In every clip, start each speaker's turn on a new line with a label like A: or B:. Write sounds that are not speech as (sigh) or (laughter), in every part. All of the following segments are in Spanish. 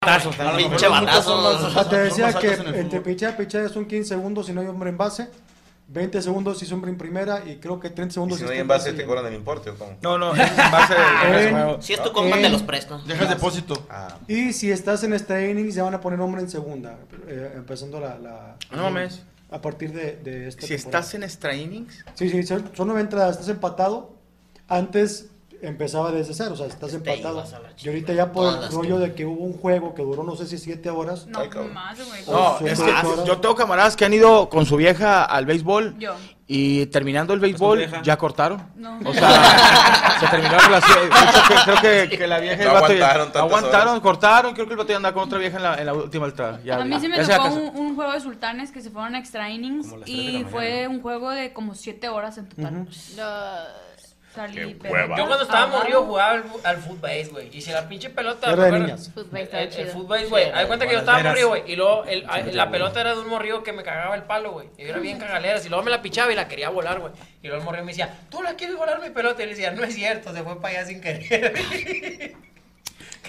A: batazo.
B: A lo mejor
A: Pinche
B: los muchas son
A: batazo.
B: más-
C: Ah, Te
B: son
C: decía
B: más
C: que
B: altos en el
C: entre
B: fútbol.
C: pichea y pichea son 15 segundos si no hay hombre en base, 20 segundos si es hombre en primera y creo que 30
D: Y
E: Pues
C: segundos
D: si no
C: está
D: hay envase,
C: y-
D: te cobran el importe, ¿o cómo?
B: No, no, es en (laughs) base al
C: En-
B: juego.
A: Si es tu compa, te los presto.
B: Dejas depósito.
D: Ah,
C: Y si estás en este inning, ya van a poner hombre en segunda, eh, empezando la, la-
B: No mames.
C: A partir de, de esta
B: Si
C: temporada.
B: estás en extra innings,
C: Sí, sí, son son nueve entradas, estás empatado. Antes empezaba desde cero, o sea, estás
A: Te
C: empatado.
A: ibas a la
C: Y ahorita ya por
A: Todas
C: el
A: las
C: rollo
A: que-
C: de que hubo un juego que duró no sé si siete horas.
D: Ay,
F: No,
D: cabrón.
F: más, güey.
B: No,
C: Sí,
B: es
C: sí,
B: que
C: claro.
B: yo tengo camaradas que han ido con su vieja al béisbol
F: Yo.
B: y terminando el béisbol
G: vieja?
B: ya cortaron.
F: No.
B: O
F: (laughs)
B: sea, (laughs) se terminó la relación. De hecho, que- creo que, que la vieja y el
D: No
B: vato ya-
D: aguantaron tantas
B: aguantaron,
D: horas.
B: cortaron. Creo que el vato ya andaba con otra vieja en la, en la última entrada. Ya-
F: a mí
B: ya-
F: sí me
B: ya se
F: tocó
B: la casó.
F: un, un juego de sultanes que se fueron a extra innings
G: Como las tres de la
F: y
G: mañana.
F: fue un juego de como 7 horas en total. Salí, pero-
D: hueva.
H: Yo cuando estaba
F: Ajá.
H: morrido jugaba al, al footbase, güey. Y si la pinche pelota.
C: Era de
H: me acuerdo-
C: niñas.
H: El,
I: Footbase estaba
H: el,
I: chido.
H: footbase, güey.
A: Sí,
H: Hay cuenta que yo
G: con
H: estaba
G: las veras.
H: morrido, güey. Y luego el- a- la pelota era de un morrido que me cagaba el palo, güey. Y yo era
I: (laughs)
H: bien cagalera. Y luego me la pichaba y la quería volar, güey. Y luego el morrido me decía, ¿tú la quieres volar mi pelota? Y le decía, no es cierto, se fue para allá sin querer.
A: (laughs)
J: (laughs)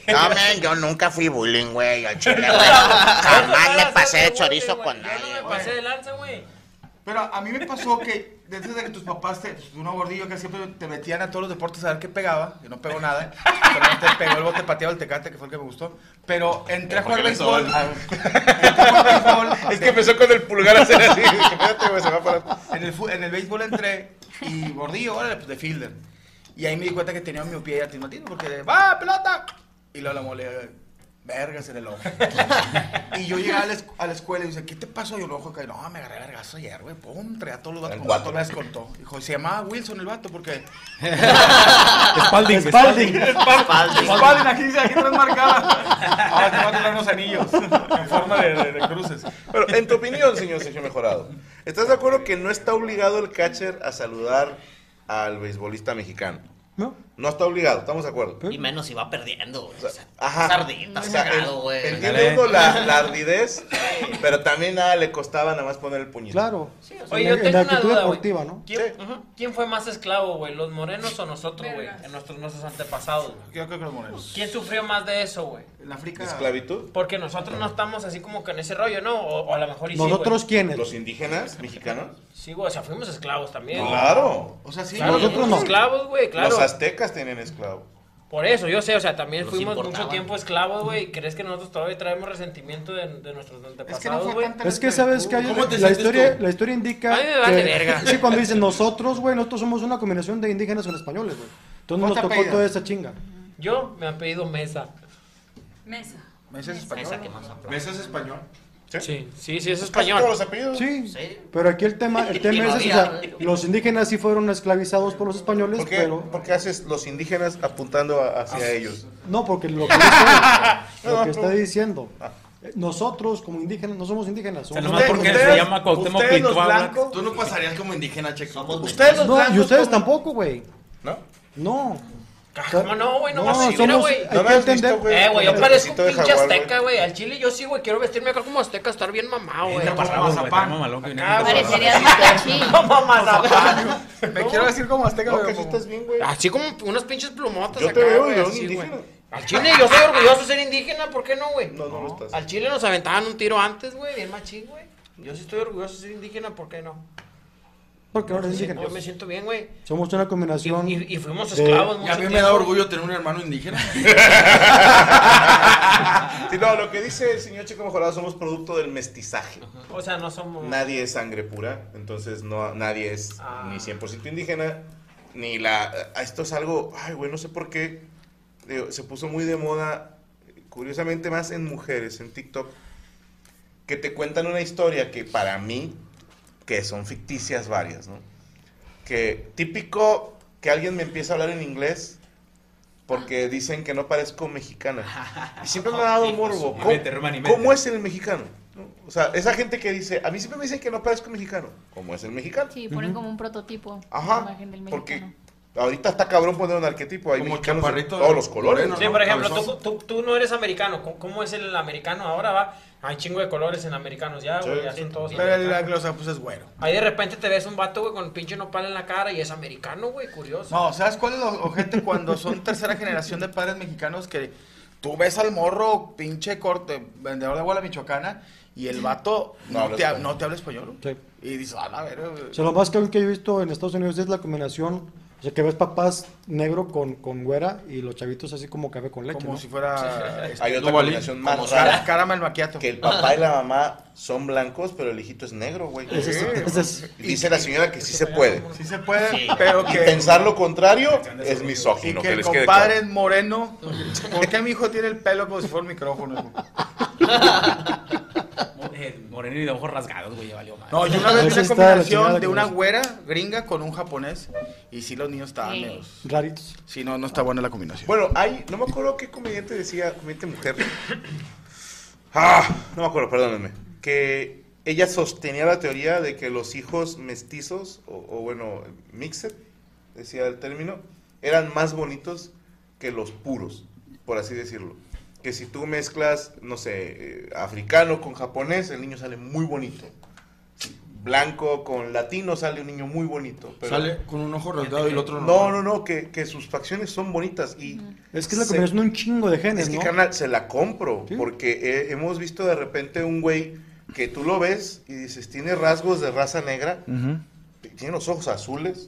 J: No, men, yo nunca fui bullying, güey, al chile,
H: (laughs)
J: güey. Jamás le pasé de chorizo con nadie,
H: Yo no me
J: güey.
H: pasé de lanza, güey.
E: Pero a mí me pasó que desde que tus papás, te, uno gordillo que siempre te metían a todos los deportes a ver qué pegaba, yo no pego nada, solamente pegó el bote pateado el tecate, que fue el que me gustó, pero entré a jugar
D: Porque eres
E: béisbol.
D: sol.
E: Ah, entré a jugar
D: (laughs)
E: béisbol.
D: Es que empezó con el pulgar a hacer así. Espérate, güey, se va para.
E: En el, fu- en el béisbol entré y gordillo, órale, pues de fielder. Y ahí me di cuenta que tenía mi pie atimatino porque ¡va, pelota! Y luego la mole, vergas en el ojo. y yo llegué a la, esc- a la escuela y dice, ¿qué te pasó? Y yo, ojo, que no, me agarré vergazo ayer, güey, pum, traía a todos los vatos,
D: En
E: como vato
D: cuatro.
E: me descontó. Dijo, se llamaba Wilson el vato porque...
G: Spalding,
E: (laughs)
C: Spalding.
E: Spalding, aquí dice, aquí tres marcadas. (laughs) Ahora te va a tirar unos anillos en forma de, de- de cruces.
D: Pero, en tu opinión, señor Sergio Mejorado, ¿estás de acuerdo que no está obligado el catcher a saludar al beisbolista mexicano?
C: ¿No?
D: No está obligado, estamos de acuerdo.
H: ¿Eh?
A: Y menos si va perdiendo, güey. O sea,
D: Ajá.
A: Sardita,
D: O sea,
A: sagrado, güey.
D: Entiende uno la, la ardidez, pero también nada le costaba nada más poner el puñito.
C: Claro.
H: Oye,
C: en,
H: yo
C: en
H: tengo
C: la
H: una
C: actitud
H: duda, güey.
C: deportiva, ¿no?
H: ¿Quién, ujú, ¿Quién fue más esclavo, güey? ¿Los morenos o nosotros, güey?
F: Vergas.
H: En Nuestros, nuestros antepasados. güey.
E: Yo creo que los morenos.
H: ¿Quién sufrió más de eso, güey?
E: En África...
D: Esclavitud.
H: Porque nosotros no estamos así como que en ese rollo, ¿no? O, o a lo mejor y sí, güey.
C: ¿Nosotros quiénes?
D: Los indígenas mexicanos.
H: Sí, güey, o sea, fuimos esclavos
J: Eh,
H: también.
D: Claro.
E: O sea, sí,
H: Claro,
C: Nosotros
H: fuimos
C: no.
H: esclavos, güey, claro.
D: Los aztecas tienen esclavos.
H: Por eso, yo sé, o sea, también
A: Los
H: fuimos
A: importaban.
H: mucho tiempo esclavos, güey. ¿Crees que nosotros todavía traemos resentimiento de, de nuestros
E: Es que no
H: antepasados,
E: fue
H: güey?
E: tanta
C: Es que sabes que hay-
E: esclavitud.
C: la historia, la historia indica
H: A mí me vale
C: que
H: verga.
C: (laughs) sí, cuando dicen nosotros, güey, nosotros somos una combinación de indígenas con españoles, güey. Entonces nos
E: ¿Cuánta
C: tocó
E: peda?
C: toda esa chinga.
H: Yo me han pedido mesa.
F: Mesa.
E: ¿Me dices
A: Esa que
E: español?
A: más aplaude.
E: ¿Me dices español?
H: Sí, sí, sí, es
D: Casi todos
H: español.
D: los apellidos.
C: Sí,
A: Sí.
C: pero aquí el tema, el tema es, o sea,
A: Todavía.
C: los indígenas sí fueron esclavizados por los españoles,
D: ¿Por qué,
C: pero
D: por qué haces los indígenas apuntando a- hacia ellos?
C: no, porque lo que, dice- lo que está diciendo, eh, nosotros como indígenas no somos indígenas, somos-
G: nomás porque se llama Cuauhtémoc
B: ustedes los
G: Pintuá, güey.
B: blancos,
E: Tú no pasarías como indígena, checo.
C: Ustedes no, y ustedes tampoco, güey,
D: ¿No?
C: no,
H: ¿Cómo no, güey? No,
C: No,
H: más mira,
C: somos-
H: güey.
C: Hay que
D: lo has visto,
C: entender-
D: güey?
H: Eh, güey, yo
D: El
H: parezco
D: trajecito de
H: pinche
D: jaguar, güey.
H: azteca, güey. Al chile yo sí, güey, quiero vestirme acá como azteca, estar bien
B: Eh,
H: mamado, güey.
G: Parrabos, güey,
E: mazapán.
G: tenemos malón que viene
H: Acá,
G: con
H: güey.
G: mazapán.
I: Parecería mariachi.
H: (laughs) Como mazapán.
E: Me quiero decir como azteca,
D: No,
E: pero
D: que sí
E: como-
D: estás bien, güey.
H: Así como unas pinches plumotas
D: Yo
H: acá,
D: te veo y
H: güey,
D: veo un
H: así, güey.
D: indígena.
H: Al chile yo soy orgulloso de ser indígena, ¿por qué no, güey?
D: No, no lo estás.
H: Al chile nos aventaban un tiro antes, güey, bien machín, güey. Yo sí estoy orgulloso de ser indígena, ¿por qué no?
C: porque no eres indígena,
H: Yo me siento bien, güey.
C: somos una
H: Y,
C: combinación,
H: y- y fuimos
C: de-
H: esclavos mucho
B: Y a mí me
H: tiempo.
B: da orgullo tener un hermano indígena.
D: (laughs) Sí, no, lo que dice el señor Chico Mejorado somos producto del mestizaje.
H: O sea, no somos...
D: Nadie es sangre pura, entonces no, nadie es
H: Ah.
D: ni 100% indígena, ni la... ah, Esto es algo, ay, güey, no sé por qué. digo, se puso muy de moda, curiosamente más en mujeres, en TikTok, que te cuentan una historia que para mí, que son ficticias varias, ¿no? Que típico que alguien me empieza a hablar en inglés porque dicen que no parezco mexicana. Y siempre me ha dado morbo.
G: Y
D: ¿Cómo,
G: vete, hermano, y vete.
D: cómo es el mexicano? ¿No? O sea, esa gente que dice, a mí siempre me dicen que no parezco mexicano. ¿Cómo es el mexicano?
I: Sí, ponen como un prototipo.
D: Ajá.
I: la imagen del
D: Porque
I: mexicano.
D: ahorita está cabrón poner un arquetipo. Hay
E: Como
D: mexicanos de
E: chaparrito,
D: todos los colores.
E: moreno,
H: Sí,
E: ¿no?
H: por ejemplo, tú,
E: Cabezón.
H: tú, tú no eres americano. ¿Cómo, cómo es el americano ahora? Va, hay chingo de colores en americanos ya,
D: Sí,
H: güey, ya
D: sí.
H: son todos
E: Pero la
H: americanos.
E: glosa, pues es güero.
H: Ahí de repente te ves un vato, güey, con pinche nopal en la cara y es americano, güey, curioso.
E: No, ¿sabes cuál es lo ojete cuando son tercera generación de padres mexicanos que Tú ves al morro, pinche corte, vendedor de bola michoacana, y el vato
D: No
E: no,
D: habla
E: te, ha-
D: español.
E: no te habla español.
C: Sí.
E: Y dices, a la verga, güey".
C: O sea, lo más cabrón que yo he visto en Estados Unidos es la combinación, o sea, que ves papás negro con, con güera y los chavitos así como café con leche,
E: como
C: ¿no? (laughs)
E: si fuera este,
D: Hay otra
E: Duvalín.
D: combinación más
E: Como
D: rara.
E: cara- caramel maquiato.
D: Que el papá y la mamá son blancos, pero el hijito es negro, güey.
C: Ese es- ese es-
D: Y Dice la señora que sí se puede.
E: Sí se puede,
A: Sí.
E: pero
D: Y
E: que
D: pensar lo contrario es
E: y
D: misógino.
E: que
D: Que
E: el
D: les quede
E: compadre
D: claro.
E: es moreno. ¿Por qué mi hijo tiene el pelo como si fuera un micrófono? güey?
G: Eh, Moreno y de ojos rasgados, güey, ya valió madre.
E: No, yo una vez vi
C: Esa
E: una
C: está la
E: combinación de
C: chingada
E: una
C: con eso.
E: güera gringa con un japonés y sí los niños estaban
I: Sí.
E: meos.
C: Raritos.
E: Sí, no, no está buena la combinación.
D: Bueno, hay, no me acuerdo qué comediante decía, comediante mujer. Ah, no me acuerdo, perdónenme. Que ella sostenía la teoría de que los hijos mestizos, o, o bueno, mixed, decía el término, eran más bonitos que los puros, por así decirlo. Que si tú mezclas, no sé, eh, africano con japonés, el niño sale muy bonito. Blanco con latino sale un niño muy bonito. pero-
K: Sale con un ojo rasgado y el otro
D: No, no, no, que, que sus facciones son bonitas y...
C: Es que es la
D: se-
C: combinación de un chingo de genes,
D: es que,
C: ¿no?
D: carnal, se la compro.
C: Sí.
D: Porque eh, hemos visto de repente un güey que tú lo ves y dices, tiene rasgos de raza negra, tiene los ojos azules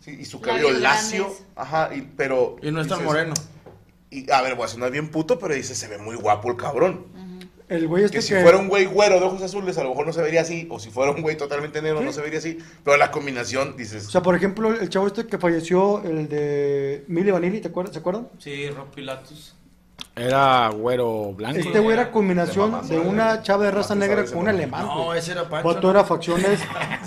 D: sí, y su cabello
I: Labios
D: lacio.
I: grandes.
D: Ajá, y, pero.
K: Y no es tan
D: dices-
K: moreno.
D: Y, a ver, voy a sonar bien puto, pero dices, se ve muy guapo el cabrón.
C: El güey este
D: Que
C: que...
D: si fuera un güey güero de ojos azules, a lo mejor no se vería así. O si fuera un güey totalmente negro,
C: Sí.
D: no se vería así. Pero la combinación, dices.
C: O sea, por ejemplo, el chavo este que falleció, el de Milly Vanilli, ¿te acuerdas? ¿Se acuerdan?
G: Sí, Rob Pilatus.
E: Era güero blanco.
C: Este güey era
D: de mamá,
C: combinación de
D: madre.
C: una chava de raza
D: Mamá,
C: negra
D: sabes,
C: con un
D: mamá.
C: alemán.
K: No,
C: güey.
K: ese era Pancho.
C: Vato era facciones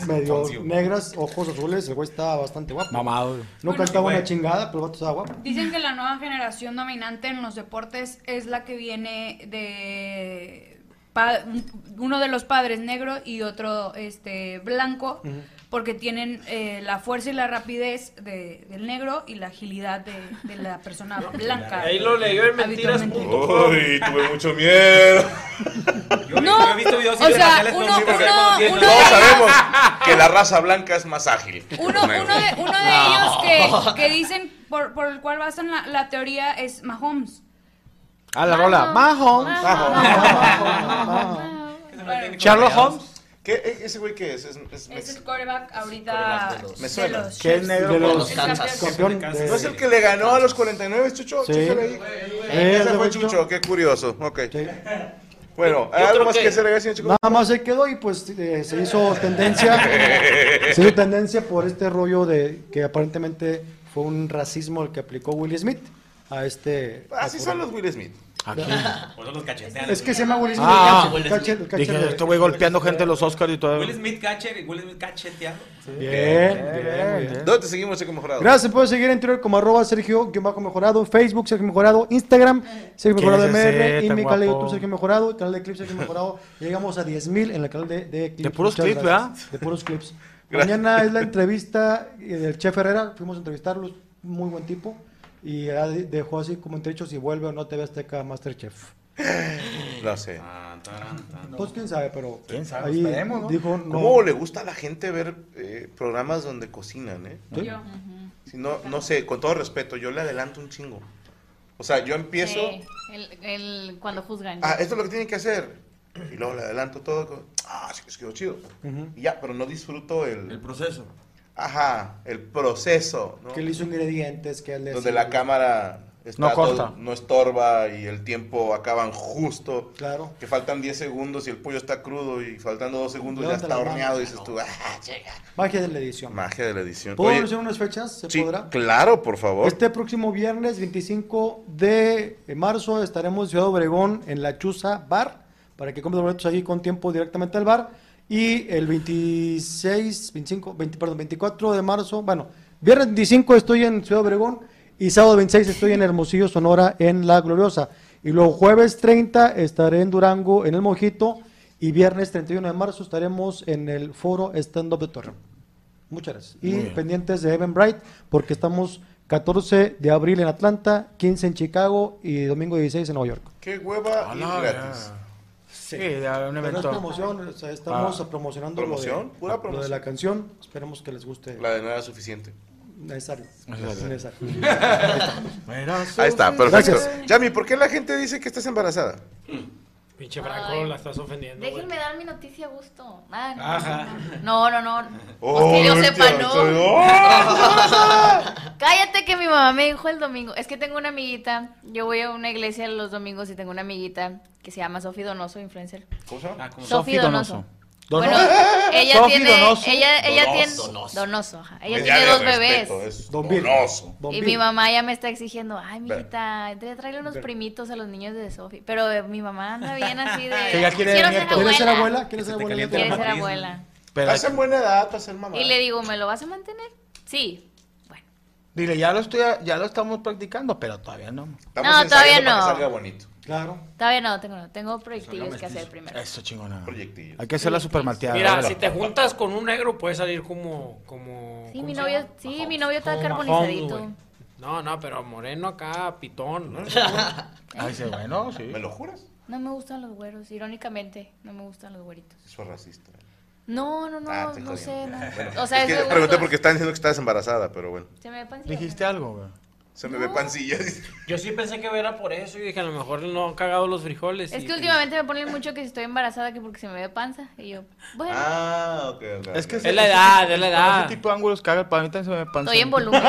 C: medio
G: Poncio.
C: negras, ojos azules, el güey estaba bastante guapo.
E: Mamado.
C: No
F: Bueno,
C: cantaba una
G: güey.
C: chingada, pero el vato estaba guapo.
F: Dicen que la nueva generación dominante en los deportes es la que viene de pa- uno de los padres negro y otro este blanco porque tienen eh, la fuerza y la rapidez de- del negro y la agilidad de, de la
G: (laughs)
F: persona blanca.
H: Ahí lo leyó en
F: Habitualmente.
H: mentiras.com.
D: Uy, tuve mucho miedo. (laughs)
G: Yo,
F: No,
G: yo he visto videos
F: o sea,
G: internacionales
F: uno-
G: con tipos que
F: uno-
G: como diez
F: uno-
G: dólares.
D: Todos sabemos que la raza blanca es más ágil. que los
F: Uno, uno de,
D: negros.
F: uno de ellos
G: (laughs)
F: que, que dicen por, por el cual basan la, la teoría es Mahomes.
E: A Ah, la rola. Mahon. Sherlock Holmes.
D: ¿Qué, e- ¿Ese güey qué es? Es, es
F: Es
D: mex-
F: el quarterback ahorita
A: Quarterback de los-
D: Me suena.
F: de los
E: Que es
F: Chiefs.
E: negro.
C: De
E: con-
C: los
F: Es
A: Kansas.
C: campeón de-
D: ¿No es el que le ganó a los 49, este Chucho?
C: Sí.
D: Chucho ahí.
C: Eh,
D: Ese fue
C: güey,
D: Chucho, qué curioso. Ok.
C: Sí.
D: Bueno, ¿algo
A: creo
D: más que,
A: que-
D: se le haga, señor Chico?
C: Nada más se quedó y pues eh, se hizo tendencia. se hizo tendencia por este rollo de que aparentemente fue un racismo el que aplicó Will Smith a este.
D: Así
C: a-
D: son los Will Smith.
G: Por eso los cachetean.
C: Es que se llama Will Smith.
E: Ah,
C: el
A: Will
C: catcher- el catcher- el catcher
E: Dije,
C: de-
E: este güey golpeando gente en los Oscars y todo.
G: Will Smith cacher, Will Smith cacheteando.
C: Bien, bien, bien, bien.
D: ¿Dónde te seguimos, Chico Mejorado?
C: Gracias, puedes seguir en Twitter como arroba Sergio guión bajo Mejorado, Facebook Sergio Mejorado, Instagram Sergio
E: ¿Qué
C: Mejorado
E: es ese
C: MR y
E: tan
C: mi canal de
E: guapo?
C: YouTube Sergio Mejorado, el canal de Clips Sergio
E: (laughs)
C: Mejorado. Llegamos a 10.000 en el canal de, de Clips.
E: De puros
C: Muchas
E: clips,
C: gracias.
E: ¿verdad?
C: De puros
E: (laughs)
C: clips.
D: Gracias.
C: Mañana es la entrevista eh, del Chef Herrera, fuimos a entrevistarlo, es muy buen tipo. Y ya de- dejó así como entredicho si vuelve o no TV Azteca Masterchef.
D: No sé.
C: Pues quién sabe, pero
E: ¿Quién sabe?
C: ahí
E: Esperemos, ¿no?
C: dijo no.
D: ¿Cómo le gusta a la gente ver eh, programas donde cocinan, eh?
C: Sí.
F: Yo.
D: Si no, no sé, con todo respeto, yo le adelanto un chingo. O sea, yo empiezo...
I: Sí, el, el- cuando juzgan.
D: Ah, esto es lo que tienen que hacer. Y luego le adelanto todo. con- Ah, sí, es que quedó chido. Y ya, pero no disfruto
K: El proceso.
D: Ajá, el proceso, ¿no?
C: Que le hizo ingredientes, que le
D: Donde la cámara está
E: No corta.
D: todo- no estorba y el tiempo acaban justo.
C: Claro.
D: Que faltan 10 segundos y el pollo está crudo y faltando 2 segundos
C: Levanta
D: ya está
C: la mano.
D: horneado y dices tú, ah, llega.
C: Magia de la edición.
D: Magia de la edición.
C: ¿Puedo
D: Oye,
C: anunciar unas fechas? ¿Se
D: sí,
C: podrá?
D: claro, por favor.
C: Este próximo viernes 25 de marzo estaremos en Ciudad Obregón en la Chuza Bar para que compres boletos ahí con tiempo directamente al bar. Y el 26, 25, 20, perdón, 24 de marzo, bueno, viernes 25 estoy en Ciudad Obregón y sábado 26 estoy en Hermosillo, Sonora, en La Gloriosa. Y luego jueves 30 estaré en Durango, en El Mojito. Y viernes 31 de marzo estaremos en el foro Stand Up de Torreón. Muchas gracias. Y pendientes de Evan Bright, porque estamos 14 de abril en Atlanta, 15 en Chicago y domingo 16 en Nueva York.
D: Qué
K: Ah,
D: hueva y
E: Hola,
D: gratis.
E: Ah, Sí, de un
C: Pero es
E: evento.
C: promoción, o sea, estamos
E: Ah.
C: promocionando
D: ¿Promoción?
C: Lo, de,
D: Pura
C: lo de
D: promoción.
C: la canción. Esperemos que les guste.
D: La de nada suficiente.
C: Necesario.
D: Necesario.
C: Necesario.
D: Ahí está, perfecto. Yami, ¿por qué la gente dice que estás embarazada?
L: Pinche Franco,
I: Ay.
L: la estás ofendiendo. güey.
I: Déjenme dar mi noticia a gusto. Ah, no.
L: Ajá.
I: No, no, no.
L: Oh,
I: Pues que yo
L: tío,
I: sepa,
L: tío,
D: ¡Oh!
I: no. Cállate que mi mamá me dijo el domingo. Es que tengo una amiguita. Yo voy a una iglesia los domingos y tengo una amiguita que se llama Sofi Donoso, influencer.
D: ¿Cómo se
G: Ah,
D: llama?
I: Sofi Donoso.
B: Donoso.
I: Bueno, ella
B: Sofi
I: tiene.
B: Donoso.
I: Ella, ella
B: Donoso,
I: tiene.
B: Donoso.
I: Donoso, ajá. Ella
D: Pues Ya
I: tiene
D: de
I: dos bebés.
D: respeto, es donoso.
I: Y mi mamá ya me está exigiendo, ay,
D: Ver.
I: mijita, entre tráele unos
D: Ver.
I: primitos a los niños de Sofi. Pero eh, mi mamá anda bien así de.
B: Que ya quiere
I: Quiero ser
B: nietos.
I: abuela.
B: ¿Quieres ser abuela?
C: ¿Quieres ser
B: abuela?
I: Quiere ser abuela.
B: Pero
D: estás en buena edad para ser mamá.
I: Y le digo, ¿me lo vas a mantener? Sí.
K: Dile, ya lo, estoy, ya lo estamos practicando, pero todavía no.
I: Estamos No, todavía ensayando para que no. salga
D: bonito.
C: Claro.
I: Todavía no, tengo, no, tengo proyectillos que hacer primero.
K: Eso, chingona.
D: Proyectillos.
K: Hay que hacer la supermalteada.
L: Mira,
K: órale.
L: si te juntas con un negro, puedes salir como. como
I: Sí,
L: ¿cómo
I: mi
L: se
I: novio,
L: llama?
I: sí, mi novio está
L: Como Mahomes,
I: carbonizadito.
L: güey. No, no, pero moreno acá, pitón.
E: (laughs)
L: ¿no?
K: Ay, sí, bueno, sí.
D: ¿Me lo juras?
I: No me gustan los güeros, irónicamente, no me gustan los güeritos.
D: Eso es racista.
I: No, no, no,
D: Ah, estoy
I: no sé.
D: jodiendo.
I: No.
D: Bueno,
I: O sea,
D: es
I: es
D: que
I: de
D: pregunté
I: gustos.
D: porque están diciendo que estás embarazada, pero bueno.
I: Se me ve pancilla.
E: ah,
K: Dijiste algo, güey.
D: Se me ve pancilla.
L: Yo sí pensé que era por eso y dije, a lo mejor no han cagado los frijoles.
I: Es
L: y-
I: que últimamente me ponen mucho que si estoy embarazada que porque se me ve panza. Y yo, bueno,
D: Ah, ok, ok.
K: Es que
D: ok.
K: ese-
L: la
K: ese
L: edad,
K: tipo-
L: es la edad.
K: Ese tipo de ángulos caga, para mí también se me panza.
I: estoy en volumen.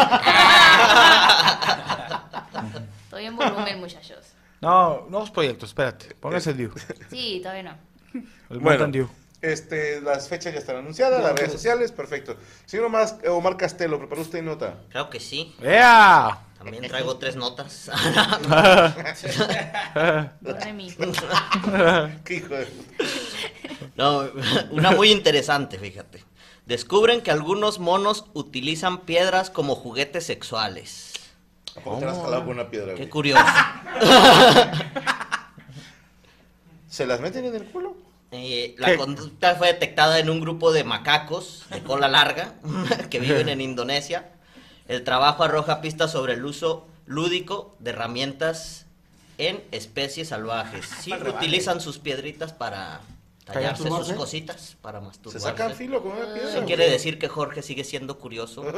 I: estoy en volumen, muchachos.
K: No, nuevos proyectos, espérate. Póngase el Diu.
I: Sí, todavía no.
K: El
D: Bueno.
K: Mountain Dew.
D: Este, las fechas ya están anunciadas, las redes sociales, perfecto. Señor Omar, eh, Omar Castelo, ¿preparó usted nota? (laughs)
A: Claro que sí.
K: ¡Ea!
A: También traigo tres notas. (laughs)
D: Qué hijo de-
A: No, una muy interesante, fíjate. Descubren que algunos monos utilizan piedras como juguetes sexuales.
D: ¿A poco te las jalado con una piedra?
A: Qué
D: güey?
A: curioso.
D: ¿Se las meten en el culo?
A: Eh, la conducta fue detectada en un grupo de macacos de cola larga (laughs) que viven en Indonesia. El trabajo arroja pistas sobre el uso lúdico de herramientas en especies salvajes. Sí,
D: salvajes.
A: utilizan sus piedritas para tallarse sus
D: masturbarse?
A: cositas, para masturbarse.
D: ¿Se sacan filo con una piedra?
A: Eso quiere decir que Jorge sigue siendo curioso.
D: (laughs)
K: Oye,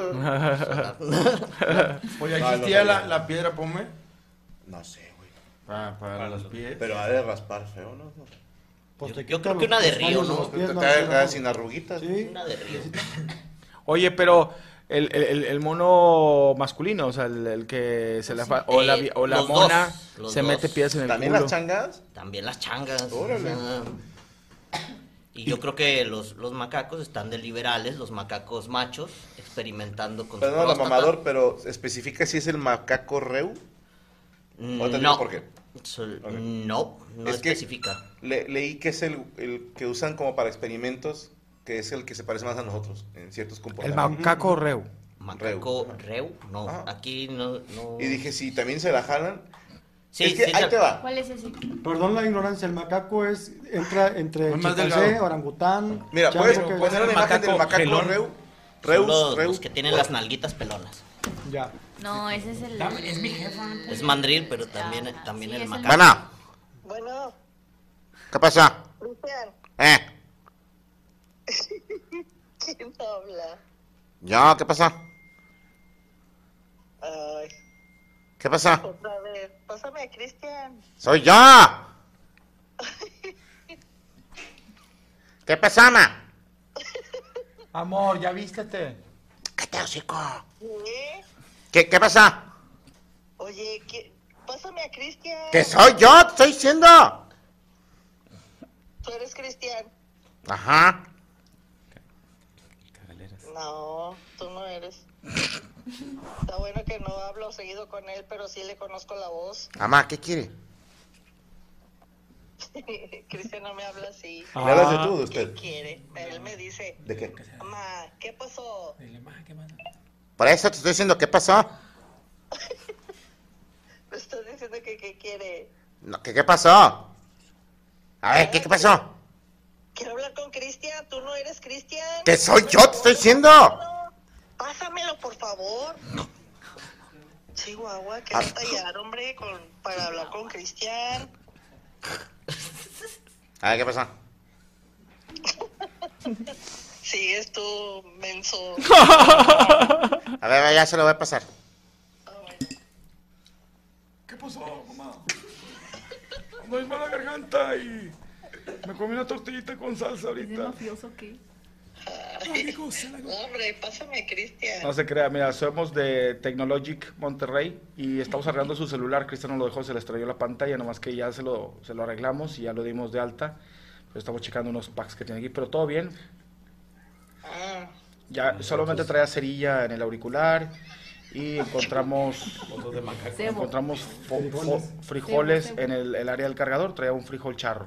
K: ¿existía
D: No, no
K: la-
D: sabía.
K: la piedra pome?
D: (laughs) No sé, güey.
K: Ah, para, los pies.
D: Pero ha de raspar feo, ¿no?
C: Yo,
A: yo creo que una de río, ¿no?
D: Te te ha de dejar sin arruguitas.
A: Una de río.
K: Oye, pero el, el- el- el mono masculino, o sea, el, el que se la fa- o la, vi- o la
A: Eh, Los dos,
K: mona
A: los
K: se
A: dos.
K: mete pies en el
D: ¿También
K: culo.
D: las changadas?
A: También las changas.
D: Órale.
A: ajá. Y yo creo que los, los macacos están de liberales, los macacos machos, experimentando con su
D: Perdón, la
A: próstata.
D: mamador, pero especifica si es el macaco reu. Ahorita te digo
A: no.
D: por qué.
A: Sol- No, no
D: Es que-
A: especifica.
D: Le- leí que es el, el que usan como para experimentos, que es el que se parece más a nosotros en ciertos
K: El
D: comportamientos.
K: macaco reu.
A: Macaco reu, no,
D: Ah.
A: aquí no, no-
D: Y dije, si también se la jalan.
A: Sí,
D: es que
A: sí,
D: ahí
A: se-
D: te va.
I: ¿Cuál es ese?
C: Perdón la ignorancia, el macaco es entra entre
K: Más
C: chimpancé,
K: delgado.
C: orangután.
D: Mira, pues,
C: chango,
D: puedes
C: que-
D: poner una imagen del macaco
G: gelón.
D: reu.
A: son
D: Reus,
A: los,
D: Reus.
A: los que tienen las nalguitas pelonas.
C: Ya.
I: No, ese es el. Es mi jefa. Ah,
A: Es mandril, pero también, también
I: sí,
A: el
I: es el
A: macaco.
J: Bueno,
M: Bueno,
J: ¿qué pasa?
M: Cristian,
J: ¿Eh?
M: ¿quién habla?
J: ¿Yo? ¿Qué pasa?
M: Ay,
J: ¿Qué pasa?
M: otra vez. Pásame a Cristian.
J: ¡Soy yo! ¿Qué pasa, ma?
K: Amor, ya vístete.
J: ¡Cállate, hocico!
M: ¿Qué?
J: ¿Qué, ¿Qué pasa?
M: Oye, ¿qué? pásame a Cristian.
J: ¡Que soy yo! te ¡Estoy diciendo!
M: ¿Tú eres Cristian?
J: Ajá.
M: No, tú no eres. Está bueno que no hablo seguido con él, pero sí le conozco la voz.
J: Mamá, ¿qué quiere?
M: Cristian no me habla así.
D: ¿Le hablas
J: Ah.
D: de tú, de usted?
M: ¿Qué quiere? Él me dice,
D: ¿De qué?
M: mamá, ¿qué pasó?
J: Por eso te estoy diciendo, ¿qué pasó?
M: Me estás diciendo que qué quiere.
J: No, ¿qué, ¿Qué pasó? A ver, ¿qué, ¿qué pasó?
M: Quiero hablar con Cristian, tú no eres Cristian.
J: ¡Que soy yo! ¡Te estoy diciendo!
M: Pásamelo, por favor. Chihuahua, que
J: Ah.
M: no tallar, hombre, con, para hablar con Cristian.
J: A ver, ¿qué pasó?
M: Sigues tú,
J: (laughs)
M: menso.
J: A ver, ya se lo voy a pasar.
N: ¿Qué pasó, mamá? No es mala garganta y me comí una tortillita con salsa ahorita.
M: mafioso qué? Hombre, pásame, Cristian.
E: No se crea, mira, somos de Technologic Monterrey y estamos arreglando su celular. Cristian no lo dejó, se le estrelló la pantalla, nomás que ya se lo, se lo arreglamos y ya lo dimos de alta. Pero estamos checando unos packs que tiene aquí, pero todo bien. Ya solamente traía cerilla en el auricular y encontramos,
O: Cebo.
E: encontramos fo- fo-
O: Frijoles.
E: frijoles
O: Cebo, cebo.
E: en el, el área del cargador, traía un frijol charro.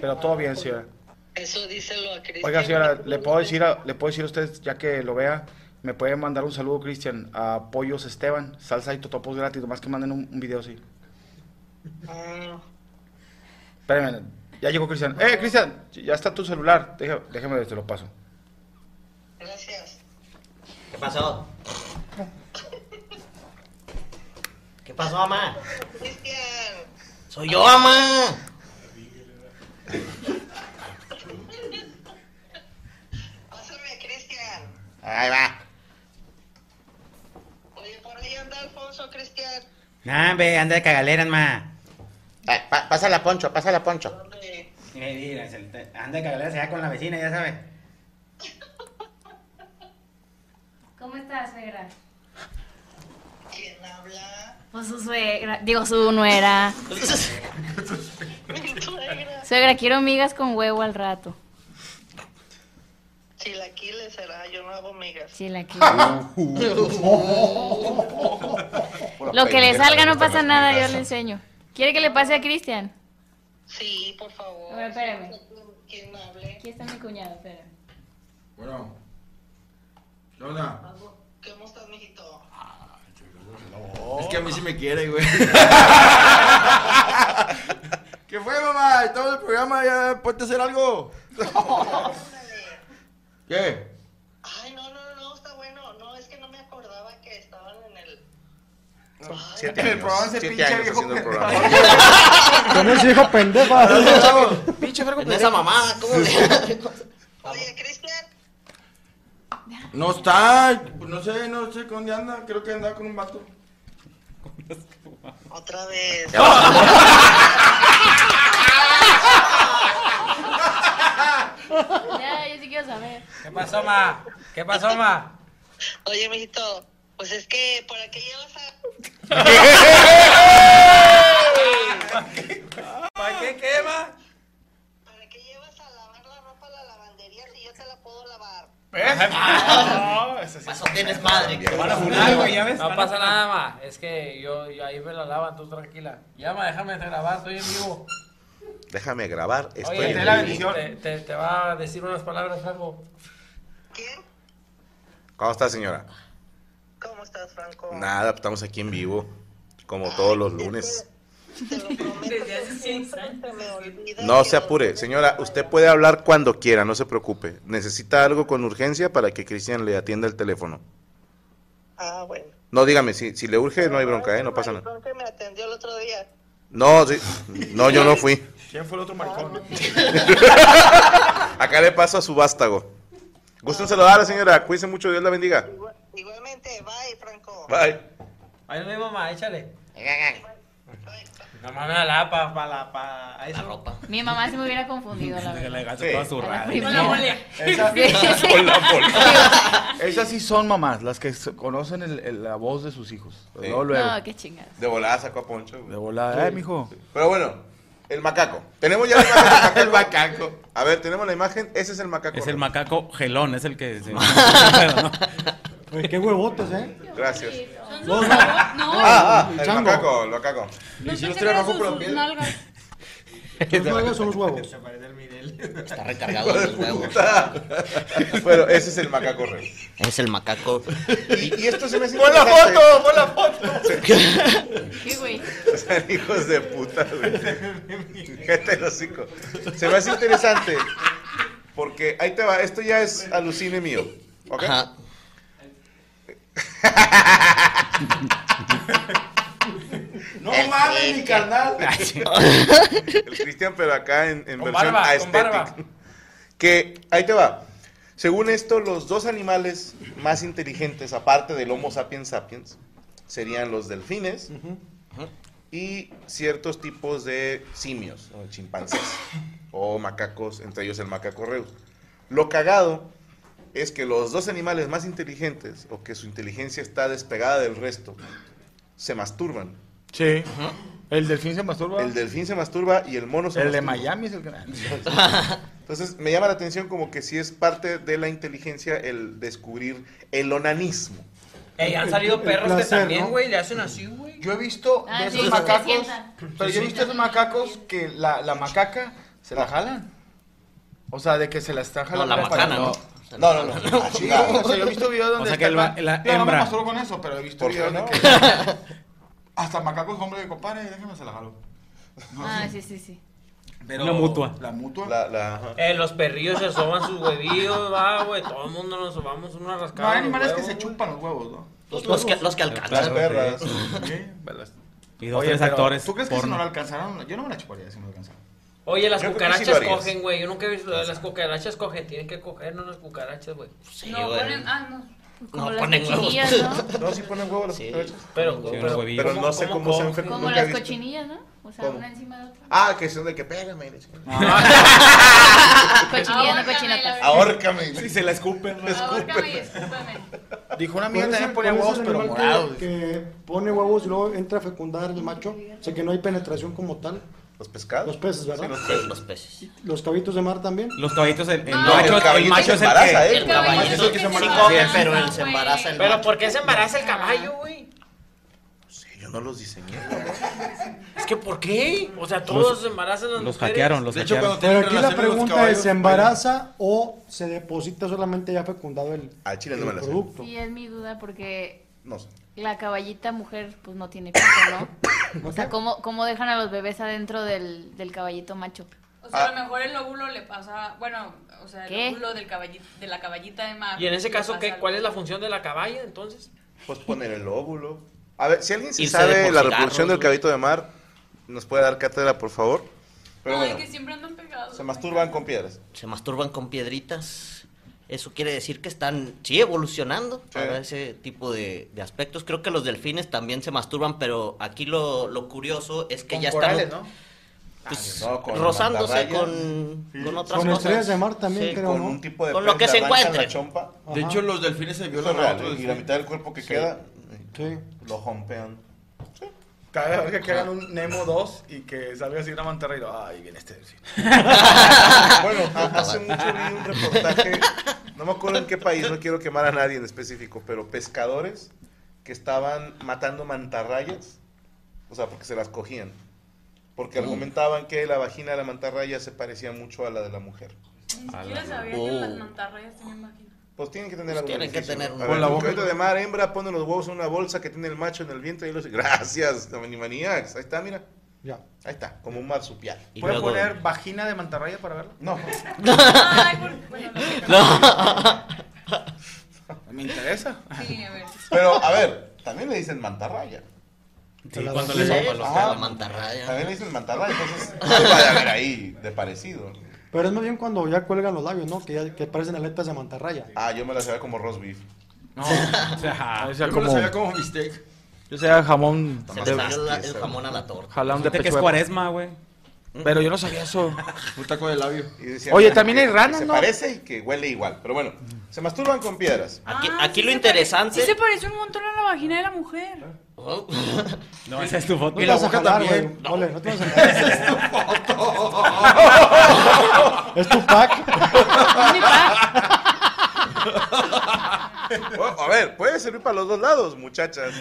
E: Pero todo bien, señora.
M: Eso díselo a Cristian.
E: Oiga, señora, ¿le puedo decir a, le puedo decir a usted, ya que lo vea, me puede mandar un saludo, Cristian, a Pollos Esteban, salsa y totopos gratis, nomás que manden un, un video así.
M: Ah,
E: Espérame, ya llegó Cristian. ¡Eh, Cristian! Ya está tu celular. Deja- Déjame, te lo paso.
M: gracias.
A: ¿Qué pasó? ¿Qué pasó, mamá? Soy yo, mamá.
J: Ahí va.
P: Nah, ve, anda de cagaleras, ma.
J: Eh, pásala, Poncho, pásala, Poncho.
P: Mira, mira, se- te- anda de cagaleras allá con la vecina, ya sabe.
I: ¿Cómo estás, suegra?
M: ¿Quién habla?
I: Pues su suegra. Digo, su
M: (laughs)
I: nuera. Suegra, quiero migas con huevo al rato.
M: Chilaquiles será, yo no hago migas.
I: Chilaquiles. Lo que le salga no pasa nada, yo le enseño. ¿Quiere que le pase a Cristian?
M: Sí, por favor.
I: A ver, espérame.
M: ¿Quién hable?
I: Aquí está mi cuñado, espérame.
N: Bueno. ¿Qué onda?
M: ¿Cómo estás, mijito?
N: Es que a mí sí me
P: (laughs)
N: quiere, güey. ¿Qué fue, mamá? Estamos en el programa, ya ponte a hacer algo. ¿Qué?
M: Ay, no, no, no, está bueno. No, es que no me acordaba que estaban en el...
D: Siete
N: En el
D: años,
N: programa ese
D: siete
N: pinche
D: años
N: viejo
D: haciendo el
N: pendejo.
D: programa.
C: Con ese hijo pendejo.
N: Pinche vergo
A: En esa mamada, ¿cómo
J: (laughs)
A: le-
N: No está, pues no sé, no sé con dónde anda. Creo que anda con un vato.
M: Otra vez.
I: Ya, yo sí quiero saber.
P: ¿Qué pasó, ma? ¿Qué pasó, ma?
M: Oye, mijito, pues es que por aquí llevas
P: (laughs)
M: a...
O: ¿Para qué quema?
A: Pasó, tienes madre.
O: Te
A: van a
P: Ah,
O: funar, güey, ya ves.
H: No
O: Van a
H: pasa
O: funar.
H: nada, ma. Es que yo, yo ahí me la lavan, tú tranquila. Llama, déjame grabar, estoy en vivo.
D: Déjame grabar. Estoy
H: Oye,
D: en
H: te, la
D: vivo.
H: bendición. Te, te- te va a decir unas palabras, Franco.
D: ¿Cómo está, señora? ¿Cómo estás, Franco? Nada, estamos aquí en vivo, como todos los lunes.
H: (laughs)
M: Desde hace seis años.
D: No se apure, señora, usted puede hablar cuando quiera, no se preocupe. Necesita algo con urgencia para que Cristian le atienda el teléfono.
M: Ah, bueno.
D: No, dígame, si, si le urge, no hay bronca, ¿eh? No pasa nada.
M: Creo que me atendió el otro día.
D: No, sí, no, yo no fui.
E: ¿Quién fue el otro maricón?
D: Acá le paso a su vástago. Gusto en saludar a la señora, cuídese mucho, Dios la bendiga. Igualmente,
P: Ahí nos vemos, ma, échale. No mames, la pa, pa, la, pa. Ahí la ropa.
I: Mi mamá se me hubiera confundido, la verdad.
G: Ah,
P: Sí. toda zurrada.
I: Primera.
E: Esa-
I: Sí.
D: (laughs)
E: Esas sí son mamás, las que se- conocen el- el- la voz de sus hijos. Luego, luego.
I: No, qué chingados.
D: bye. De volada sacó a Poncho.
E: De volada. Ay, mijo.
D: Pero bueno, el macaco. Tenemos ya la imagen del macaco. el macaco. A ver, tenemos la imagen. Ese es el macaco.
O: Es el macaco gelón, es el que se...
C: Oye, qué huevotes, ¿eh?
D: Gracias.
C: Dos, no.
Q: No.
D: Ah, ah, el,
C: chango.
D: macaco, el macaco.
Q: No te creas sus, sus nalgas.
C: Los huevos son los huevos.
A: Está recargado de los
D: (laughs)
A: huevos.
D: Ah. Bueno, ese es el macaco rey.
A: Es el macaco.
D: Y, y esto se me hace
A: ¡Pon la
D: interesante.
A: foto!
E: ¡Pon la foto!
I: ¿Qué, güey?
D: (laughs) Son hijos de puta, güey. Gente el hocico. Se me hace interesante. Porque ahí te va, esto ya es alucine mío. ¿Ok?
N: No mames, mi carnal.
D: El Cristian, pero acá en, en
N: Con
D: versión
N: barba, con
D: aesthetic.
N: barba.
D: Que ahí te va. Según esto, los dos animales más inteligentes, aparte del Homo sapiens sapiens, serían los delfines y ciertos tipos de simios, o chimpancés, o macacos, entre ellos el macaco reus. Lo cagado es que los dos animales más inteligentes, o que su inteligencia está despegada del resto, se masturban.
K: Sí. ¿El delfín se masturba?
D: El delfín se masturba y el mono se
K: El de
D: masturba.
K: Miami es el grande.
D: Entonces, me llama la atención como que sí es parte de la inteligencia el descubrir el onanismo.
H: (laughs) Ey, han salido perros que también, güey, le hacen así, güey.
E: Yo he visto
H: Ah,
E: de
H: sí,
E: esos
H: se
E: macacos.
H: sientan.
E: Pero yo he visto esos macacos que la, la macaca se la jalan. O sea, de que se la está jalando.
A: la
E: para-
A: macana, ¿no?
E: No, no, no. Ah, sí, o sea, yo he visto videos
G: O
E: donde.
G: sea, que el va- la
E: Yo no me
G: hembra.
E: masturbo con eso, pero he visto
G: ¿Por qué
E: videos de
G: no?
E: que. Hasta macacos, hombre, de compadre, déjame se la jalo. No,
I: Ah,
E: sí.
I: sí, sí, sí.
E: Pero-
G: Una mutua.
E: La mutua.
D: La, la, ajá.
H: Eh, los perrillos se asoman sus huevillos, va, güey. Todo el mundo nos asomamos una rascada.
E: No, hay
H: de
E: animales que
H: huevo,
E: se
H: güey.
E: chupan los huevos, ¿no?
A: Los- los que- los que alcanzan.
D: Las perras.
G: Y dos, tres
E: pero,
G: actores
E: ¿Tú crees que si
G: porno.
E: no la alcanzaron? Yo no me la chuparía si no la alcanzaron.
H: Oye, las
E: Yo creo que sí lo
H: cucarachas
E: harías.
H: cogen, güey. Yo nunca he visto. Las cucarachas cogen. Tienen que coger, no las cucarachas, güey. Sí,
F: No, ponen, ah, no.
H: Como No, las ponen huevos. cochinillas,
D: ¿no? sí ponen huevos las cucarachas.
H: Pero,
D: Sí,
H: pero, (laughs)
D: unos huevillos. Pero no sé cómo se han fe-
I: Como
D: Nunca he
I: las
D: visto.
I: cochinillas, ¿no? O sea,
D: ¿Cómo?
I: una encima de otra.
D: Ah, que son de que pégame. y la chingada.
H: Ah,
I: Cochinillas, no cochinatas.
D: Ahórcame.
G: Sí, se la escupen. ¿no?
I: Ahórcame y escúpame.
E: Dijo una
C: ¿Cuál
E: amiga
C: es
E: también
C: el-
E: ponía
C: cuál es
E: huevos,
C: el
E: pero
C: animal
E: morados.
C: Que, que pone huevos y luego entra a fecundar el macho. O sea que no hay penetración como tal.
D: Los pescados.
C: Los peces, ¿verdad?
A: Sí, los peces. los peces.
C: Los cabritos de mar también.
G: Los caballitos, el, el
C: No,
G: macho,
C: el caballito
G: el macho
C: se
G: es el
C: embaraza,
G: que...
C: ¿eh? El caballito
A: es el que se embaraza.
G: Sí,
A: come,
G: es-
A: pero él se embaraza el
H: pero
A: macho.
H: ¿por qué se embaraza el caballo, güey?
D: Yo no los diseñé.
H: Es que ¿por qué? O sea, todos se embarazan las
G: los
H: mujeres.
G: hackearon, los
H: De hecho,
G: hackearon.
C: Pero aquí la
H: relaciones los
C: pregunta
H: caballos,
C: es, ¿se embaraza o se deposita solamente ya fecundado el,
D: Chile no
C: el
D: me la sé.
C: producto?
I: Sí, es mi duda porque
D: No sé.
I: la caballita mujer pues no tiene pito, ¿no? O sea, ¿cómo, cómo dejan a los bebés adentro del, del caballito macho?
F: O sea, a
H: Ah.
F: lo mejor el óvulo le pasa, bueno, o sea, el
I: ¿Qué?
F: óvulo del caballito, de la caballita de mar.
H: Y en ese
F: le
H: caso,
F: pasa
H: ¿qué,
F: al-
H: ¿cuál es la función de la caballa entonces?
D: Pues poner el óvulo. A ver, si alguien se
A: Irse de
D: sabe
A: por
D: la
A: cigarros,
D: reproducción del
A: güey.
D: cabito de mar, nos puede dar cátedra, por favor. Pero
F: Ay,
D: bueno,
F: que siempre andan pegados.
D: se masturban con piedras.
A: Se masturban con piedritas. Eso quiere decir que están, sí, evolucionando para ese tipo de, de aspectos. Creo que los delfines también se masturban, pero aquí lo, lo curioso es que
E: Con
A: ya
E: corales,
A: están
E: ¿no?
A: pues,
D: Ah, no, con
A: rozándose
D: mantarrayas.
A: con,
D: Sí.
A: con otras
C: Con
A: cosas.
C: estrellas de mar también,
A: Sí,
C: creo,
D: Con
C: ¿no?
D: un tipo de
A: Con lo
D: pez
A: que
D: de
A: se
D: arranca
A: encuentren.
D: La chompa.
C: De Ajá. hecho, los
E: delfines se
D: Eso es
E: a
D: real.
E: otro
D: Y
E: delfín.
D: la mitad del cuerpo que queda
C: Sí.
D: lo jompean.
E: Cada vez que hagan un Nemo 2 y que salga así una mantarra y lo, ay, viene este delfín.
A: (laughs)
D: bueno,
A: Ah,
D: hace mucho vi un reportaje, no me acuerdo en qué país, no quiero quemar a nadie en específico, pero pescadores que estaban matando mantarrayas, o sea, porque se las cogían.
A: Oh.
D: Porque argumentaban que la vagina de la mantarraya se parecía mucho a la de la mujer.
F: Ni siquiera sabía que
D: Oh.
F: las mantarrayas tenían vagina.
D: Pues tienen que tener
A: Pues
D: algo.
A: tienen que tener un-
D: un
A: Con la boca.
D: de mar, hembra, pone los huevos en una bolsa que tiene el macho en el vientre y los. Gracias, Animaniacs. Ahí está, mira.
C: Ya.
D: Ahí está, como un marsupial.
A: Y
E: ¿Puedo
A: luego- (laughs)
E: poner vagina de mantarraya para verla?
D: (laughs) No.
F: Ay, por- bueno, lo que-
E: Me interesa.
F: Sí, a ver.
D: Pero, a ver, también le dicen mantarraya.
G: Sí, cuando le llaman
A: Ah,
G: los
D: Ajá.
G: caballos.
A: mantarraya.
D: También le dicen
K: (laughs)
D: mantarraya, entonces algo ha de haber ahí de parecido.
C: Pero es más bien cuando ya cuelgan los labios, ¿no? Que, ya, que parecen aletas de mantarraya.
D: Ah, yo me la sabía como roast beef.
K: (laughs) No, o sea, Ah, o sea, como...
E: como bistec.
K: Yo sabía jamón...
A: Se
K: de-
A: le salió la- el jamón a la torta.
K: Jalón de
G: Fíjate que es
K: pechuga.
G: cuaresma, güey.
K: Pero yo no sabía eso.
E: Un taco de labio.
D: Y decía
K: Oye,
D: que-
K: también hay
D: que
K: ranas,
D: se
K: ¿no?
D: parece y que huele igual. Pero bueno, se masturban
K: (laughs)
D: con piedras.
A: Aquí,
F: Ah,
A: aquí
F: sí
A: lo
F: se
A: interesante.
F: Sí se parece un montón a la vagina de la mujer.
A: Oh.
G: No, Eh, esa es tu foto.
C: No te vas a jalar, güey. Ole, no te vas a jalar. Esa es tu
K: Oh,
C: foto. es tu pack.
D: Bueno, Oh, a ver, puede servir para los dos lados, muchachas.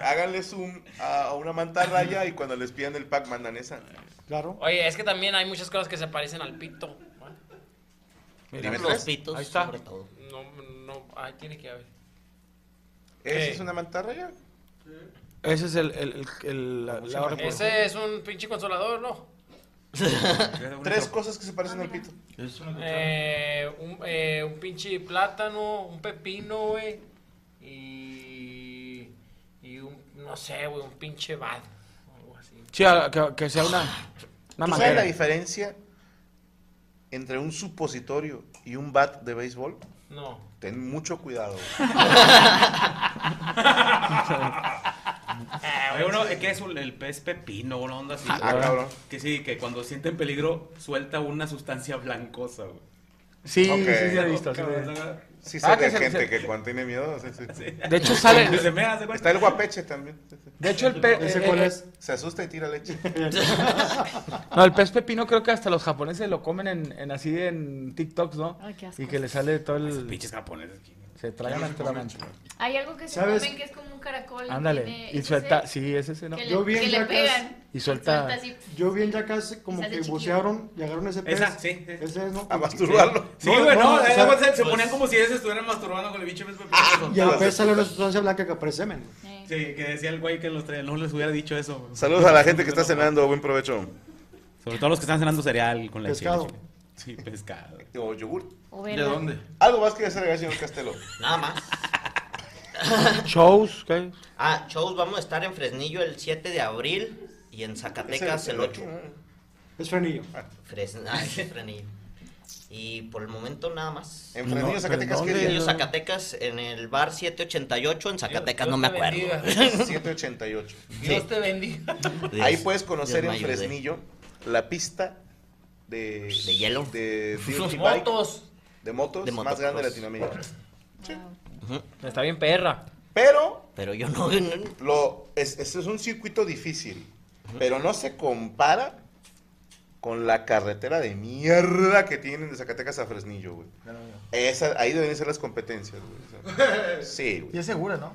D: Háganle zoom a una mantarraya y cuando les pidan el pack mandan esa.
C: Claro.
H: Oye, es que también hay muchas cosas que se parecen al pito.
D: Dime
A: los
D: tres.
A: pitos,
K: Ahí está.
A: sobre todo.
H: No, no, ay, tiene que haber.
D: ¿Esa
E: eh.
H: ¿Qué?
D: es una mantarraya?
K: Ese es el... el, el, el- la- la-
H: Ese es un pinche consolador, ¿no?
D: Tres cosas que se parecen al pito.
H: Eh, un, eh, un pinche plátano, un pepino, güey. Y. Y un, no sé, güey, un pinche bad. o algo así.
K: Sí, a- que, que sea una... Una
D: ¿Tú sabes la
K: manguera.
D: diferencia entre un supositorio y un bat de béisbol?
R: No.
D: Ten mucho cuidado.
G: Hay uno eh, que es un- el pez pepino, una onda así.
D: Ah,
G: güey.
D: cabrón.
G: Que sí, que cuando siente en peligro suelta una sustancia blancosa, güey.
K: Sí, Ok. sí, sí, he visto, sí, sí.
G: Cabrón, ¿no?
D: Sí,
K: Ah,
D: sé
K: que
D: de
K: se-
D: gente
K: se-
D: que cuando tiene miedo. sí, sí.
G: (laughs)
K: De hecho, sale-
D: Dice, "Me hace cuenta". Está el guapeche también.
K: De hecho, el pe- ¿Ese eh, cuál eh, es?
D: Se asusta y tira
K: (laughs)
D: leche.
E: eh,
K: No, el pez pepino creo que hasta los japoneses lo comen en, en así en TikToks, ¿no?
I: Ay, qué asco.
K: Y que le sale todo el...
G: pinches japoneses.
K: Se tragan
G: ¿Quién
K: hasta
G: los
K: la
G: come?
K: mancha.
I: Hay algo que se
K: ¿Sabes?
I: comen que es como un caracol.
K: Ándale.
I: tiene-
K: Y
I: ¿es
K: suelta...
I: ese?
K: Sí, es ese, ¿no?
I: Que le-
C: Yo vi
I: que
C: en
I: le
C: Yacas.
I: pegan.
K: Y suelta...
I: Suelta así.
C: Yo vi en Yacas como
I: Y sale
C: que
I: chiquito.
C: bucearon y agarraron ese pez.
G: Esa, sí, sí.
C: Ese es, ¿no?
D: A
G: masturbarlo. Sí, güey, no, pues-
C: o
G: ahí
C: sea,
G: luego se, se ponían como si ellos estuvieran masturbando con el bicho pez pepino.
D: Ah,
C: Y al pez sale una sustancia blanca que aparece semen.
G: Sí, que decía el güey que los traía, no les hubiera dicho eso. güey.
D: Saludos a la gente que está cenando. Buen provecho.
G: Sobre todo los que están cenando cereal con la
D: Pescado.
G: Sí, pescado.
D: O yogur.
I: O
G: ¿De dónde?
D: Algo más que hacer, señor Castelo.
A: Nada más.
K: (laughs) Shows, ¿qué?
A: Ah, shows, vamos a estar en Fresnillo el 7 de abril y en Zacatecas
C: Es el-
A: el 8.
C: Es frenillo.
A: Fresn- ah, es Fresnillo. Y por el momento nada más.
D: En Fresnillo, No, Zacatecas, ¿pero ¿qué dónde?
A: Fresnillo, Zacatecas, en el bar 788 en Zacatecas,
D: Dios
A: no me
D: te
A: acuerdo.
D: bendiga. 788.
A: Sí.
H: Dios te bendiga.
D: Ahí
A: Dios-
D: puedes conocer
A: Dios
D: en
A: me ayude.
D: Fresnillo la pista de, de
A: hielo.
D: (laughs) De
H: Sus
D: motos.
H: motos.
D: De motos
A: De
D: más grande de
A: motocross.
D: Latinoamérica.
H: Está bien perra.
D: Pero.
A: Pero yo no.
D: Lo, es, es- es un circuito difícil. Pero no se compara con la carretera de mierda que tienen de Zacatecas a Fresnillo, güey. Esa- ahí deben ser las competencias, güey. O sea, sí, güey.
E: Y es segura, ¿no?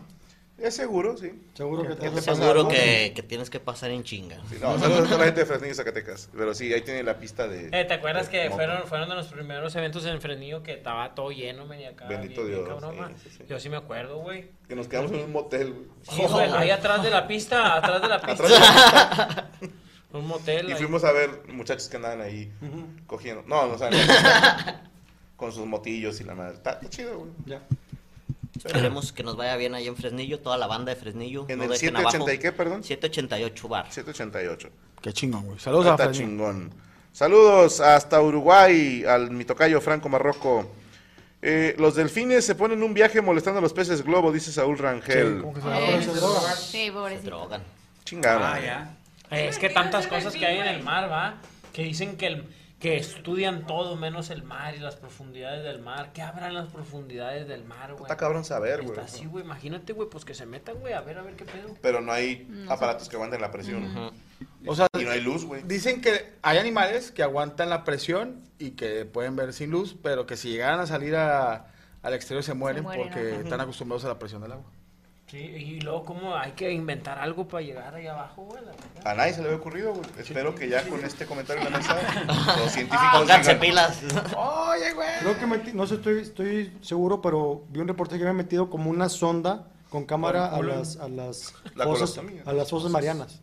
D: Es seguro, sí.
C: Seguro que
D: te pasa
A: Seguro
D: algo?
A: que, que tienes que pasar en chinga.
D: No, saludos a toda la gente de Fresnillo, Zacatecas. Pero sí, ahí tiene la pista de.
H: Eh, ¿Te acuerdas
D: de
H: que
D: moto.
H: fueron, fueron de los primeros eventos en Frenillo que estaba todo lleno, men, y acá?
D: Bendito
H: bien, bien
D: Dios,
H: cabrón,
D: sí,
H: ma?
D: sí, sí.
H: Yo sí me acuerdo, güey.
D: Que nos quedamos en un motel, güey.
H: Sí, güey, ahí atrás de la pista, atrás de
D: (laughs)
H: la pista.
D: Atrás de
H: (laughs)
D: la pista.
H: Un motel.
D: Y
H: ahí.
D: fuimos a ver muchachos que andaban ahí
H: Ujú.
D: cogiendo. No, no saben. (laughs) con sus motillos y la madre. Está está chido, güey.
C: Ya.
A: Esperemos que nos vaya bien ahí en Fresnillo, toda la banda de Fresnillo.
D: En
A: no
D: el
A: dejen
D: 780
A: abajo.
D: y qué, perdón?
A: 788 bar.
D: 788.
K: Qué chingón, güey. Saludos
D: Ahí
K: a
D: está
K: Fresnillo.
D: chingón. Saludos hasta Uruguay, al mi tocayo Franco Marroco. Eh, los delfines se ponen un viaje molestando a los peces globo, dice Saúl Rangel.
C: Ah,
I: Eh, Sí, pobrecito.
A: drogan.
D: Chingada.
H: Ah, ya. Eh, es que tantas cosas que hay en el mar, ¿va? Que dicen que, el- que estudian todo menos el mar y las profundidades del mar. ¿Qué habrá en las profundidades del mar, güey?
D: Está cabrón saber, güey.
H: Está así, güey. Imagínate, güey, pues que se metan, güey, a ver, a ver qué pedo.
D: Pero no hay
H: No.
D: aparatos que aguanten la presión.
K: O sea,
D: y no hay luz, güey.
K: Dicen que hay animales que aguantan la presión y que pueden ver sin luz, pero que si llegaran a salir a- al exterior se mueren,
H: mueren,
K: porque
H: ajá.
K: están acostumbrados a la presión del agua.
H: Sí, y luego, ¿cómo hay que inventar algo para llegar ahí abajo, güey? La verdad.
D: A nadie se le había ocurrido, güey. Espero que ya con este comentario en
H: (laughs)
D: la mesa los científicos.
A: Pónganse
D: digan,
A: pilas. (laughs)
E: Oye, güey.
C: Creo que metí, no sé, estoy, estoy seguro, pero vi un reportaje que había metido como una sonda con cámara
D: Con
C: a
D: culo.
C: las, a las
D: La
C: fosas,
D: colostomía.
C: a las fosas marianas.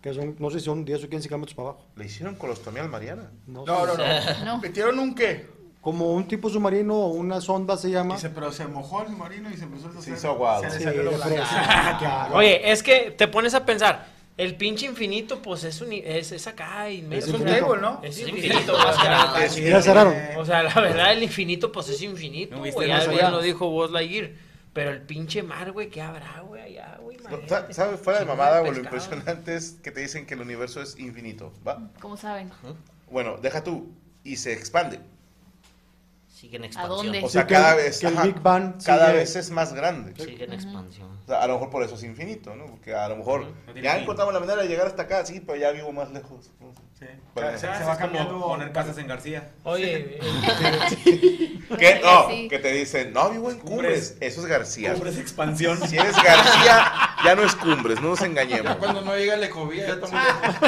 C: Que son, no sé si son 10 o 15 kilómetros para abajo.
D: ¿Le hicieron colostomía al Mariana?
C: No,
E: No, no,
C: sé.
E: no. ¿Metieron un qué?
C: Como un tipo submarino o una sonda se llama.
E: Dice, pero se mojó el marino y se empezó a hacer. Se
D: hizo aguado.
E: le
C: Sí,
E: salió lo
C: de
E: blanco.
C: fresa.
E: (laughs) Ah,
C: Claro.
H: Oye, es que te pones a pensar, el pinche infinito, pues es, un, es, es acá inmenso.
E: Es un
H: o sea,
E: table, ¿no?
H: Es
E: Es
H: infinito,
E: infinito,
H: más que
E: ya
H: nada.
E: es- ya cerraron.
H: O sea, la verdad, el infinito, pues es infinito,
E: No
H: güey.
E: viste
H: Ya
E: más
H: bien
E: allá.
H: lo dijo Buzz Lightyear. Pero el pinche mar, güey, ¿qué habrá, güey, allá, güey?
D: No, sa- ¿Sabes? Fuera de mamada, güey, lo impresionante es que te dicen que el universo es infinito, ¿va?
I: ¿Cómo saben?
D: Bueno, deja tú. Y se expande.
A: Siguen
I: ¿A dónde?
D: O sea,
I: Sí, que-
D: cada vez.
C: que el
D: ajá,
C: Big Bang
D: cada
C: sigue-
D: vez es más grande.
A: Sigue en expansión.
D: O sea, a lo mejor por eso es infinito, ¿no? Porque a lo mejor
G: tiene
D: ya
G: fin.
D: encontramos la manera de llegar hasta acá, sí, pero ya vivo más lejos. ¿no? Pero-
G: Se, va cambiando poner casas en García.
H: Oye,
D: ¿Qué?
G: Claro
D: No,
G: que sí.
D: que te dicen, no, vivo en cumbres. Eso es
G: (laughs)
D: García.
G: Cumbres expansión.
D: Si eres García, ya no es cumbres, no nos engañemos.
E: Ya cuando no llega el ecovía, ya tomó.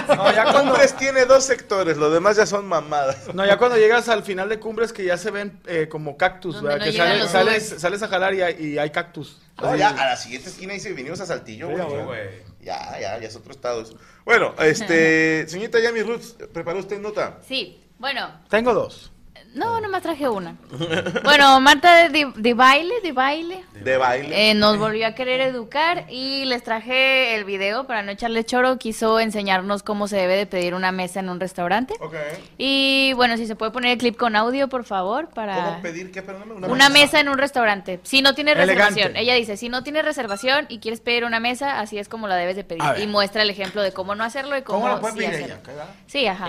D: No, ya cumbres tiene dos sectores, los demás ya son mamadas.
K: No, ya cuando llegas al final de cumbres que ya se ven eh, como cactus,
D: Donde
K: ¿verdad?
D: no
K: que
D: llegan
K: sale-
D: los
K: sales,
D: Ubers.
K: sales a jalar y hay, y hay cactus.
D: No,
K: Así.
D: ya a la siguiente esquina dice, vinimos a Saltillo,
K: Sí,
D: güey.
K: güey.
D: Ya, ya, ya es otro estado eso.
I: (laughs)
D: Bueno, este, señorita Yami Roots, ¿preparó usted nota?
I: Sí, bueno,
K: Tengo dos.
I: No, nomás traje una.
C: (laughs)
I: Bueno, Marta de, de baile, de baile.
D: De baile.
I: Eh, nos volvió a querer educar y les traje el video para no echarle choro. Quiso enseñarnos cómo se debe de pedir una mesa en un restaurante. Y bueno, si se puede poner el clip con audio, por favor, para...
D: ¿Cómo pedir qué? Perdóname,
I: Una, mesa. en un restaurante. Si no tiene
D: Elegante.
I: reservación, ella dice, si no tiene reservación y quieres pedir una mesa, así es como la debes de pedir.
S: A ver.
I: Y muestra el ejemplo de cómo no hacerlo y cómo,
E: ¿Cómo la puede
I: sí
E: pedir
I: hacerlo.
E: ella? ¿Verdad?
I: Sí, ajá.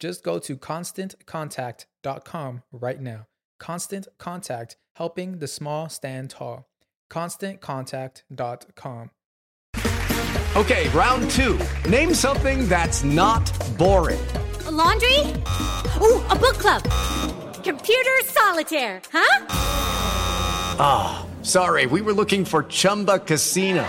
S: Just go to constantcontact.com right now. Constant Contact, helping the small stand tall. ConstantContact.com.
O: Okay, round two. Name something that's not boring.
T: A laundry? Ooh, a book club. Computer solitaire, huh?
O: Ah, sorry, we were looking for Chumba Casino.